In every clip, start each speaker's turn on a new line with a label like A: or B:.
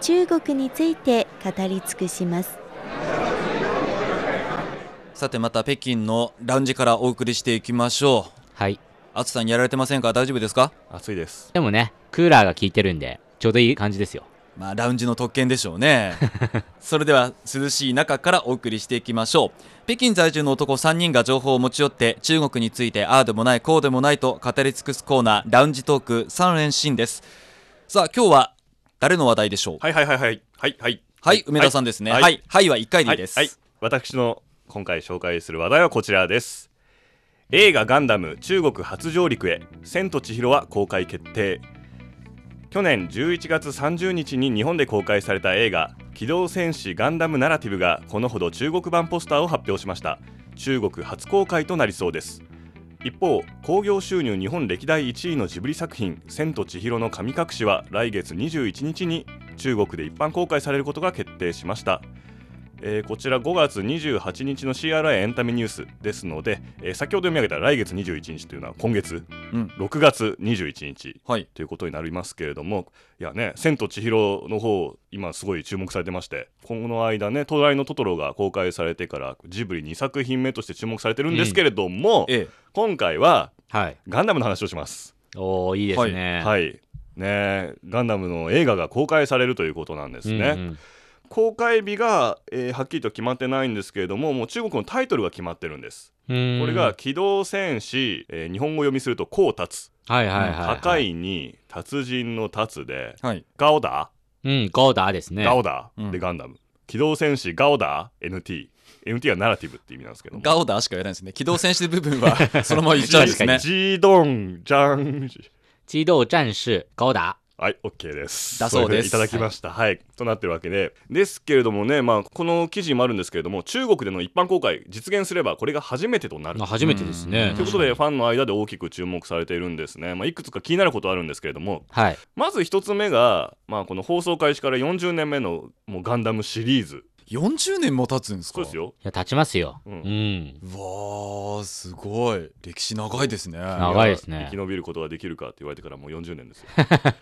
A: 中国について語り尽くします。
B: さてまた北京のラウンジからお送りしていきましょう
C: はい。
B: 暑さにやられてませんか大丈夫ですか
D: 暑いです
C: でもね、クーラーが効いてるんで、ちょうどいい感じですよ。
B: まあラウンジの特権でしょうね それでは涼しい中からお送りしていきましょう北京在住の男3人が情報を持ち寄って中国についてああでもないこうでもないと語り尽くすコーナーラウンジトーク3連進ですさあ今日は誰の話題でしょうはい、
D: はいはいはいはいはいはい
B: 梅田さんですねは
D: はいい
B: はい、は1回で
D: はい
B: い
D: い
B: です、
D: はい私の今回紹介する話題はこちらです映画ガンダム中国初上陸へ千と千尋は公開決定去年11月30日に日本で公開された映画機動戦士ガンダムナラティブがこのほど中国版ポスターを発表しました中国初公開となりそうです一方興行収入日本歴代1位のジブリ作品「千と千尋の神隠し」は来月21日に中国で一般公開されることが決定しました、えーこちら5月28日の CRI エンタメニュースですので、えー先ほど読み上げた来月21日というのは今月、
B: うん
D: 6月21日
B: はい
D: ということになりますけれどもいやね「千と千尋」の方今すごい注目されてましてこの間ね「隣のトトロ」が公開されてからジブリ2作品目として注目されてるんですけれども、
B: ええ
D: 今回は
C: はい。
D: ガンダムの話をします。
C: おー、いいですね。い。
D: はいねえガンダムの映画が公開されるということなんですね。
C: うん
D: 公開日が、えーはっきりと決まってないんですけれどももう中国のタイトルが決まってるんです。
C: うん、
D: これが「機動戦士」えー日本語読みすると「こうたつ」
C: はいはいはい、はい。
D: 高。いに達人のたつで
B: はい
D: 「ガオダ」
C: うん、ゴーダーですね。
D: ガオ
C: ダ
D: ダ
B: うん
D: ーでガンダム、機動戦士ガオダー NT NT はナラティブって意味なんですけども
B: ガオダーしか言えないですね機動戦士部分 はそのまま言っちゃうんですね
D: ジードンジャン
C: 機動戦士、ゴーダ
D: はい、OK です。
B: だそうです
D: れいただきました。はい、となってるわけで。ですけれどもね、まあ、この記事にもあるんですけれども、中国での一般公開、実現すればこれが初めてとなる
C: ー。。初めてですね
B: うん。
D: ということで、ファンの間で大きく注目されているんですね。まあ、いくつか気になることあるんですけれども、
C: はい。
D: まず一つ目が、まあ、この放送開始から40年目のもうガンダムシリーズ。
B: 40年も経つんですか
D: そうですよ。
C: いや、立ちますよ。
D: う
C: うんん。
B: うわーすごい歴史長いですね
C: 長いですね
D: 生き延びることができるかって言われてからもう40年です よ。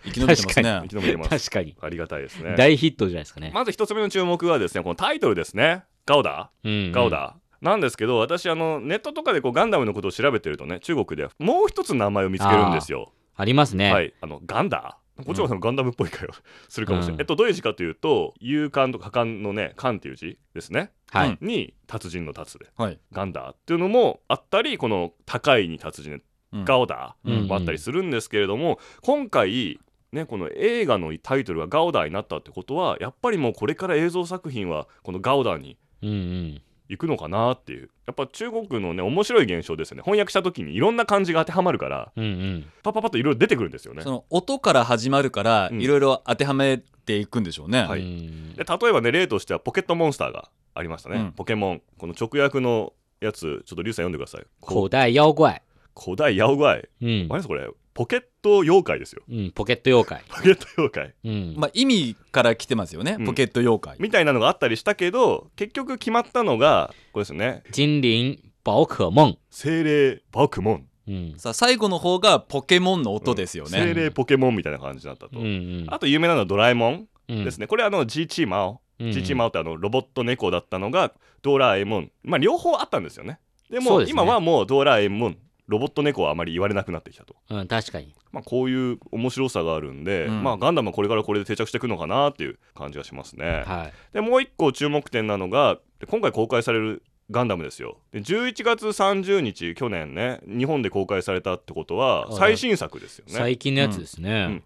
B: 生き延びてます
C: 確
B: ね
D: 生き延びてま
C: 確
D: す。
C: かに。
D: ありがたいですね。
C: 大ヒットじゃないですかね。
D: まず一つ目の注目はですね、このタイトルですね。ガオダー。
C: うん
D: ガオ。ダーなんですけど私あのネットとかでこうガンダムのことを調べてるとね中国ではもう一つ名前を見つけるんですよ。
C: ありますね。
D: は
C: はい。
D: い、あのガンダーこっちもそのガンダムっぽい会話 するかもしれない、
C: うん
D: えっとどういう字かというと勇敢とか果敢のね敢っていう字ですね
B: うん
D: に達人の達で
B: はい
D: ガンダーっていうのもあったりこの高いに達人
B: うん
D: ガオダ
C: うん
D: ーもあったりするんですけれども、今回ね、この映画のタイトルがガオダーになったってことはやっぱりもうこれから映像作品はこのガオダーに
C: うんうん。
D: 行くのかなっていうやっぱ中国のね面白い現象ですよね翻訳した時にいろんな漢字が当てはまるから
C: うんうん。
D: パッパッパッといろいろ出てくるんですよね
B: その音から始まるから
D: うん
B: いろいろ当てはめていくんでしょうね、
D: はい
C: うん
D: で例えばね例としてはポケットモンスターがありましたね、
B: うん
D: ポケモンこの直訳のやつちょっとリュウさん読んでください
C: 古
D: こ
C: 代妖怪。
D: 古代妖怪
C: うん
D: 何。ですこれポケット妖怪ですよ
C: うん、ポケット妖怪。
D: ポケット妖怪
C: うん。
B: まあ、意味から来てますよね、
D: うん
B: ポケット妖怪
D: みたいなのがあったりしたけど結局決まったのがこれですよね
C: 精灵宝可梦。
D: 精霊バクモン
C: うん。
B: さあ最後の方がポケモンの音ですよ
D: うん
B: ね、
D: 精霊ポケモンみたいな感じだったと、
C: うんうん。
D: あと有名なのはドラえもん
C: うん
D: ですね、これあの G チーマオ
C: うんうん
D: チチマオってあのロボット猫だったのがドラえもん、まあ、両方あったんですよねで
C: そ
D: も
C: うですね
D: 今はもうドラえもんロボット猫はあまり言われなくなってきたと、
C: うん、確かに。
D: まあ、こういう面白さがあるんで、
B: うん
D: まあ、ガンダムはこれからこれで定着していくのかなっていう感じがしますね、
C: はい。
D: でもう一個注目点なのがで今回公開されるガンダムですよで11月30日去年ね日本で公開されたってことは
C: はい
D: 最新作ですよね
C: 最近のやつですね。
D: うん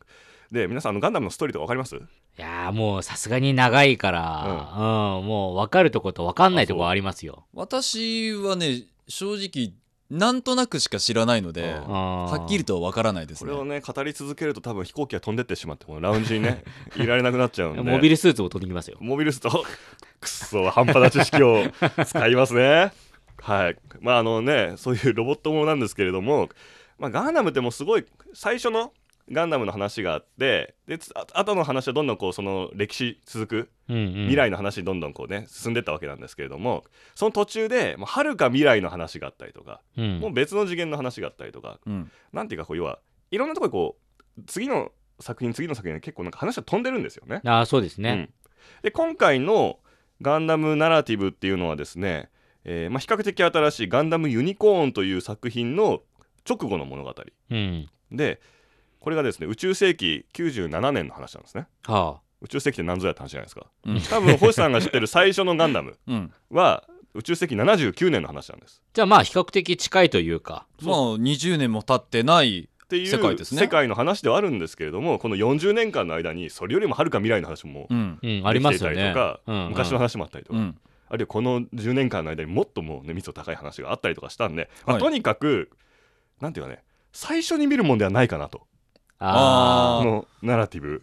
D: で皆さんあのガンダムのストーリーとか分かります
C: いやーもうさすがに長いから、うん、もう分かるとこと分かんないとこありますよ。
B: 私はね正直なんとなくしか知らないので
D: うん
B: は
C: は
B: っきりとわからないです
D: こ
B: ね
D: れをね語り続けると多分飛行機が飛んでってしまってこのラウンジに ねいられなくなっちゃうんで
C: モビルスーツも飛んできますよ。
D: モビルスとくっそ半端な知 識を使いますねはいまああのねそういうロボットものなんですけれども、まあ、ガンダムってもうすごい最初のガンダムの話があってでつあ後の話はどんどんこうその歴史続く未
C: 未
D: 来の話にどんどんこうね進んでったわけなんですけれどもその途中ではるか未来の話があったりとかもう別の次元の話があったりとか
B: うん
D: なんていうかこう要はいろんなところこう次の作品次の作品が結構なんか話が飛んでるんですよね。
C: ああそうです
D: う
C: ね。
D: んで今回の「ガンダムナラティブ」っていうのはですね、えーまあ、比較的新しい「ガンダムユニコーン」という作品の直後の物語
C: うん。
D: でこれがですね宇宙世紀97年の話なんですね
C: は
D: 宇宙世紀って何ぞやって話じゃないですか、
B: うん
D: 多分星さんが知ってる最初のガンダム
B: うん
D: は宇宙世紀79年の話なんです
C: あ。じゃあまあ比較的近いというか。
B: まあ20年も経ってない
D: っていう
B: 世界ですね
D: 世界の話ではあるんですけれどもこの40年間の間にそれよりもはるか未来の話も
B: うん
C: うんあ
D: で
C: り
D: き
C: ま
D: てい
C: す
D: た
C: よ
D: り
C: ね
D: とか。
C: うん
D: 昔の。話もあったりと
B: う
D: か、
B: ん
D: あるいはこの10年間の間にもっともうね密度高い話があったりとかしたんで、まあ
B: はい
D: とにかくなんていうかね最初に見るもんではないかなと
B: あ
D: こ
B: ー
C: あ
D: のナラティブ、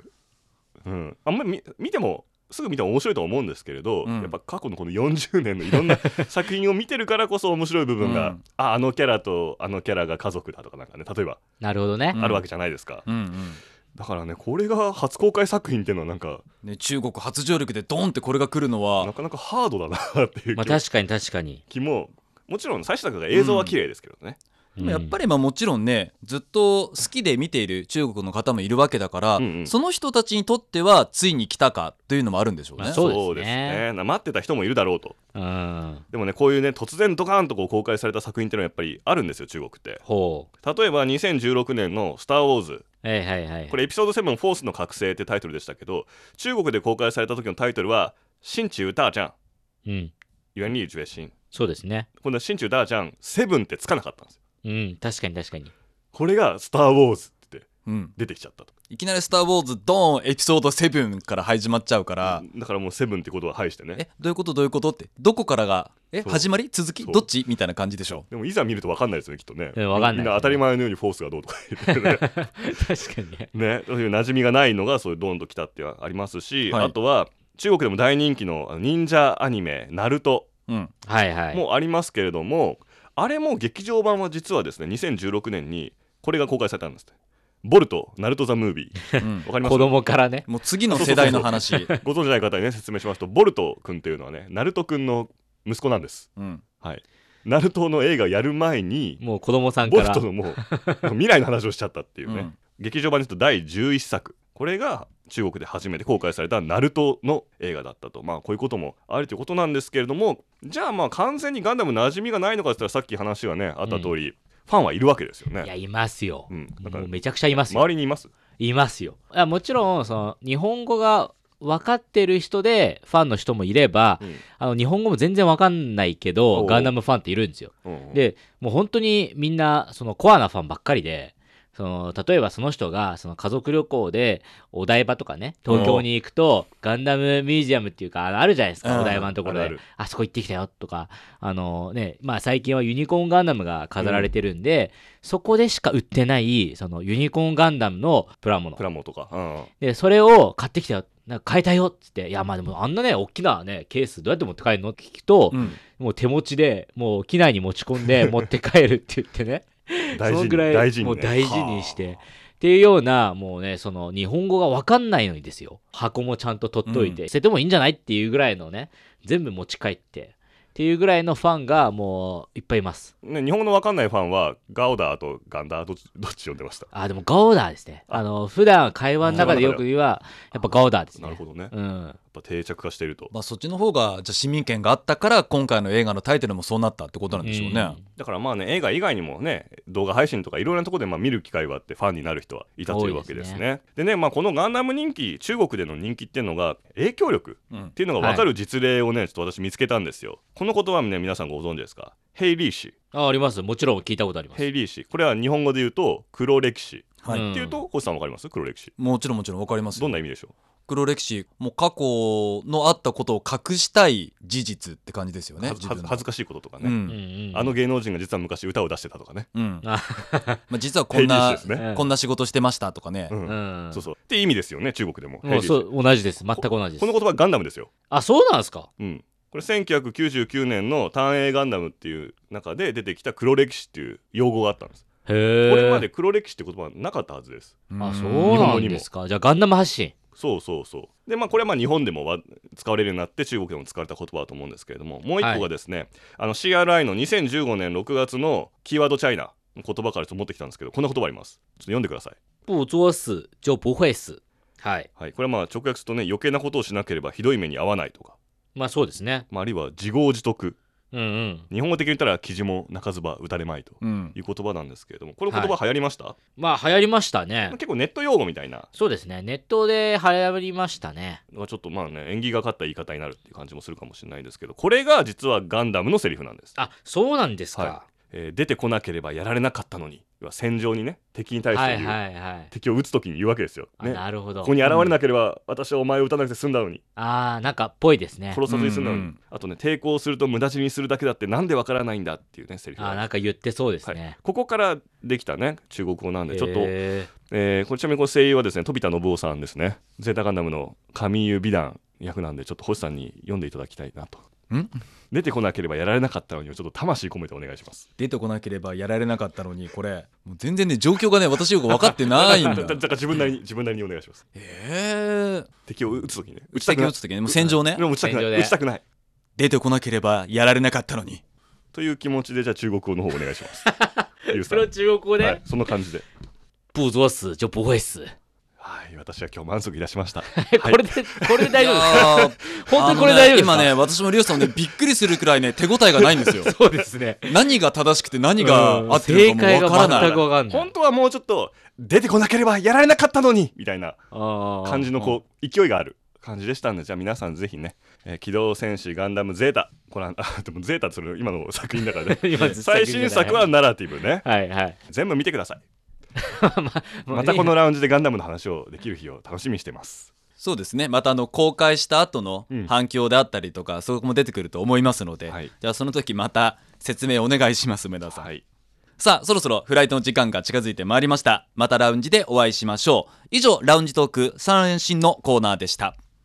D: うん、あんまり見見てもすぐ見ても面白いとは思うんですけれど、
B: うん
D: やっぱ過去のこの40年のい ろんな作品を見てるからこそ面白い部分が、
B: うん
D: ああのキャラとあのキャラが家族だとかなんかね例えば
C: あなるほどね
B: う。ん
D: あるわけじゃないですか、
B: うんうん
D: だからねこれが初公開作品っていうのはなんか
B: ね、中国初上陸でドンってこれが来るの
D: な
B: は、
D: かなかハードだなっていう
C: まあ
D: 気も
C: 確かに確かに。
D: 気ももちろん最初だから映像は綺麗ですけどね、
B: でもやっぱ
C: り
B: りまあもちろんねずっと好きで見ている中国の方もいるわけだから、
D: うんうん
B: その人たちにとってはついに来たかというのもあるんでしょうね。
C: まあ
B: う
C: そうですね
D: な待ってた人もいるだろうと
C: うん。
D: でもねこういうね突然ドカーンとこう公開された作品っていうのはやっぱりあるんですよ中国って
C: ほう。
D: 例えば2016年の「スター・ウォーズ
C: はいはいはい」。
D: これエピソード7「フォースの覚醒」ってタイトルでしたけど中国で公開された時のタイトルは「新中大战
C: うん。
D: 元力決心
C: そうですね。」
D: この「新中大戦セブンってつかなかったんですよ
C: うん。確かに確かに。
D: これが「スター・ウォーズ」って
B: ん、
D: 出てきちゃったと
B: いきなり「スター・ウォーズ」ドーンエピソード7から始まっちゃうから、
D: だからもうセブンってことは排してね
B: えどういうことどういうことってどこからがえ
D: そう
B: 始まり続き
D: そう
B: どっちみたいな感じでしょ
D: でもいざ見ると分かんないですよねきっとね
C: うんわかんない
D: みんな当たり前のようにフォースがどうとか言ってね
C: 確かにね。
D: ね、そういう馴染みがないのがそういうドーンときたってはありますし、
B: はい
D: あとは中国でも大人気のあの忍者アニメ「ナルト
B: う。うん
C: はいはい。
D: もありますけれども、あれも劇場版は実はですね2016年にこれが公開されたんですってボルトナルト・ザ・ムービー
B: うん
D: わかります
C: 子供からね。
B: もう次の世代の話。
D: ご存じない方にね説明しますとボルト君というのはねナルト君の息子なんです
B: うん
D: はいナルトの映画やる前に
C: もう子供さんか
D: ボル
C: ら
D: ト。のもう未来の話をしちゃったっていうね、
B: うん
D: 劇場版ですと第11作これが中国で初めて公開されたナルトの映画だったとまあこういうこともあるということなんですけれどもじゃあまあ完全にガンダム馴染みがないのかって言ったらさっき話がねあった通り、ファンはいるわけですよ
C: い
D: ね
C: や、いますよ。
D: うんだから
C: もうめちゃくちゃいますよ。
D: 周りにいます
C: いますよ。いやもちろん、その、日本語が分かってる人で、ファンの人もいれば、
D: うん
C: あの、日本語も全然分かんないけ
D: お
C: ど、
D: う
C: ガンダムファンっているんですよ。
D: うん
C: で、もう本当にみんな、そのコアなファンばっかりで、その例えばその人がその家族旅行でお台場とかね東京に行くとガンダムミュージアムっていうかあのあるじゃないです
B: うん
C: かお台場のところで
D: あ
C: あ
D: るある
C: そこ行ってきたよとかあのねまあ最近はユニコーンガンダムが飾られてるんで、そこでしか売ってないそのユニコーンガンダムのプラモの
D: プラモとか、うん
C: でそれを買ってきたよなんか買いたいよっつっていやまあでもあんなね大きなねケースどうやって持って帰るのって聞くと、
B: うん
C: もう手持ちでもう機内に持ち込ん で持って帰るって言ってねそ
D: 大事
C: の
D: に
C: ぐらい
D: 大事に、ね、
C: もう大事にしてっていうようなもうねその日本語が分かんないのにですよ箱もちゃんと取っといて、捨ててもいいんじゃないっていうぐらいのね全部持ち帰ってっていうぐらいのファンがもういっぱいいます
D: ね、日本語の分かんないファンはガオダーとガンダーどっちどっち呼んでました
C: あでもガオダーですねあの普段会話の中でよく言うはやっぱガオダーですね
D: なるほどねやっ
C: うん
D: ぱ定着化していると
B: まあ、そっちの方がじゃあ市民権があったから今回の映画のタイトルもそうなったってことなんでしょうね。
C: うん
D: だからまあね映画以外にもね動画配信とかいろんなところでまあ見る機会があってファンになる人はいたというわけですね。
C: 多い
D: でねまあ、このガンダム人気中国での人気っていうのが影響力
B: うん
D: っていうのが分かる実例をね、ちょっと私見つけたんですよ。この言葉ね皆さんご存知ですかヘイリー氏
C: あありますもちろん聞いたことあります
D: ヘイリー氏これは日本語で言うと黒歴史
B: はい
C: うん
D: っていうと星さんわかります黒歴史
B: もちろんもちろん分かります
D: どん
B: よ
D: な意味でしょ
B: 黒歴史もう過去のあったことを隠したい事実って感じですよ
D: う、
B: ね
D: はず
B: 自
D: はず
B: 分の
D: 恥ずかしいこととか
B: う
D: ね、
C: うん
B: ん
C: うん
D: あの芸能人が実は昔歌を出してたとかね
B: うんま
C: あ
B: あ実はこんな
D: ヘイリー氏ですね、
C: うん
B: こんな仕事してましたとかね、
D: うん
C: うん
D: そうそうって意味ですよね中国でも
C: もう
D: ヘイ
C: そ
D: リー氏
C: う同じです全く同じです
D: この言葉ガンダムですよ、
C: あそうなんですか
D: うん、これ1999年の「単影ガンダム」っていう中で出てきた黒歴史っていう用語があったんです
C: へ
D: こ
C: え
D: れまで黒歴史って言葉はなかったはずです
B: うん
C: あそうなんですかじゃあガンダム発信
D: そうそうそうでまあこれはまあ日本でもわ使われるようになって中国でも使われた言葉だと思うんですけれどももう一個がですね、あの CRI の2015年6月のキーワードチャイナの言葉からちょっと持ってきたんですけどこんな言葉ありますちょっと読んでください
C: 不作死就不会死はい
D: はいこれはまあ直訳するとね余計なことをしなければひどい目に遭わないとか、
C: まあそうですね
D: まあ、あるいは自業自得
C: うんうん
D: 日本語的に言ったら記事も泣かずば打たれまいと
B: うん
D: いう言葉なんですけれどもこれ言葉流行りました、
C: まあ流行りましたね
D: 結構ネット用語みたいな
C: そうですねネットで流行りましたね
D: のがちょっとまあね縁起がかった言い方になるっていう感じもするかもしれないですけどこれが実はガンダムのセリフなんです
C: あそうなんですか
D: はえー出てこなければやられなかったのに要は戦場にね敵に対し
C: は
D: て
C: い
D: 言う、
C: はいはい
D: 敵を撃つ時に言うわけですよ、
C: あ
D: ね、
C: なるほど
D: ここに現れなければ私はお前を撃たなくて済んだのに、
C: あーなんかっぽいですね
D: 殺さずに済んだのに、
B: うんうん
D: あとね抵抗すると無駄死にするだけだってなんでわからないんだっていうねセリフ
C: あ
D: が
C: ー
D: ある
C: なんか言ってそうです
D: はい
C: ね、
D: ここからできたね中国語なんでちょっと、え
C: へ
D: ーこれちなみにこれ声優はですね飛田信夫さんですねゼータガンダムの神優美談役なんでちょっと星さんに読んでいただきたいなと
B: ん
D: 出てこなければやられなかったのにをちょっと魂込めてお願いします
B: 出てこなければやられなかったのにこれもう全然ね状況がね私よく分かってない んだ
D: だだから自分なりに自分なりにお願いします
B: ええ
D: 敵を撃つときにね
B: 打ちたくなった時ねもう戦場ね
D: でも撃ちたくな
C: 戦場
D: い
C: で
D: 撃ちたくない
B: 出てこなければやられなかったのに
D: という気持ちでじゃあ中国語の方お願いしますゆ
C: ー
D: うさ
C: そ
D: ん
C: れを中国語
D: は
C: で
D: い、その感じで
C: 不作死就不会死
D: はい私は今日満足いたしました
C: え これでこれで大丈夫ですか
B: 夫
C: 本当にこれ大丈夫ですか
B: 今ね私もリオさんもねびっくりするくらいね手応えがないん ですよ
C: そうですね
B: 何が正しくて何が合ってるかもわから
C: 正解が
B: な
C: 全
B: い
C: くわかんない
D: 本当はもうちょっと出てこなければやられなかったのにみたいな
C: 感
D: 感じのこう勢いがある感じでしたんでじゃあ皆さんぜひね、えー機動戦士ガンダムゼータ」ご覧あでもゼータってそれ今の作品だ からね
C: 今
D: 最新作はナラティブね
C: はいはい
D: 全部見てください
C: ま
D: またこのラウンジでガンダムの話をできる日を楽しみにしてます
B: そうですねまたあの公開した後の
D: うん
B: 反響であったりとか、そこも出てくると思いますので、
D: はい
B: じゃあその時また説明お願いします梅田さん、
D: はい
B: さあそろそろフライトの時間が近づいてまいりましたまたラウンジでお会いしましょう以上ラウンジトーク三連新のコーナーでした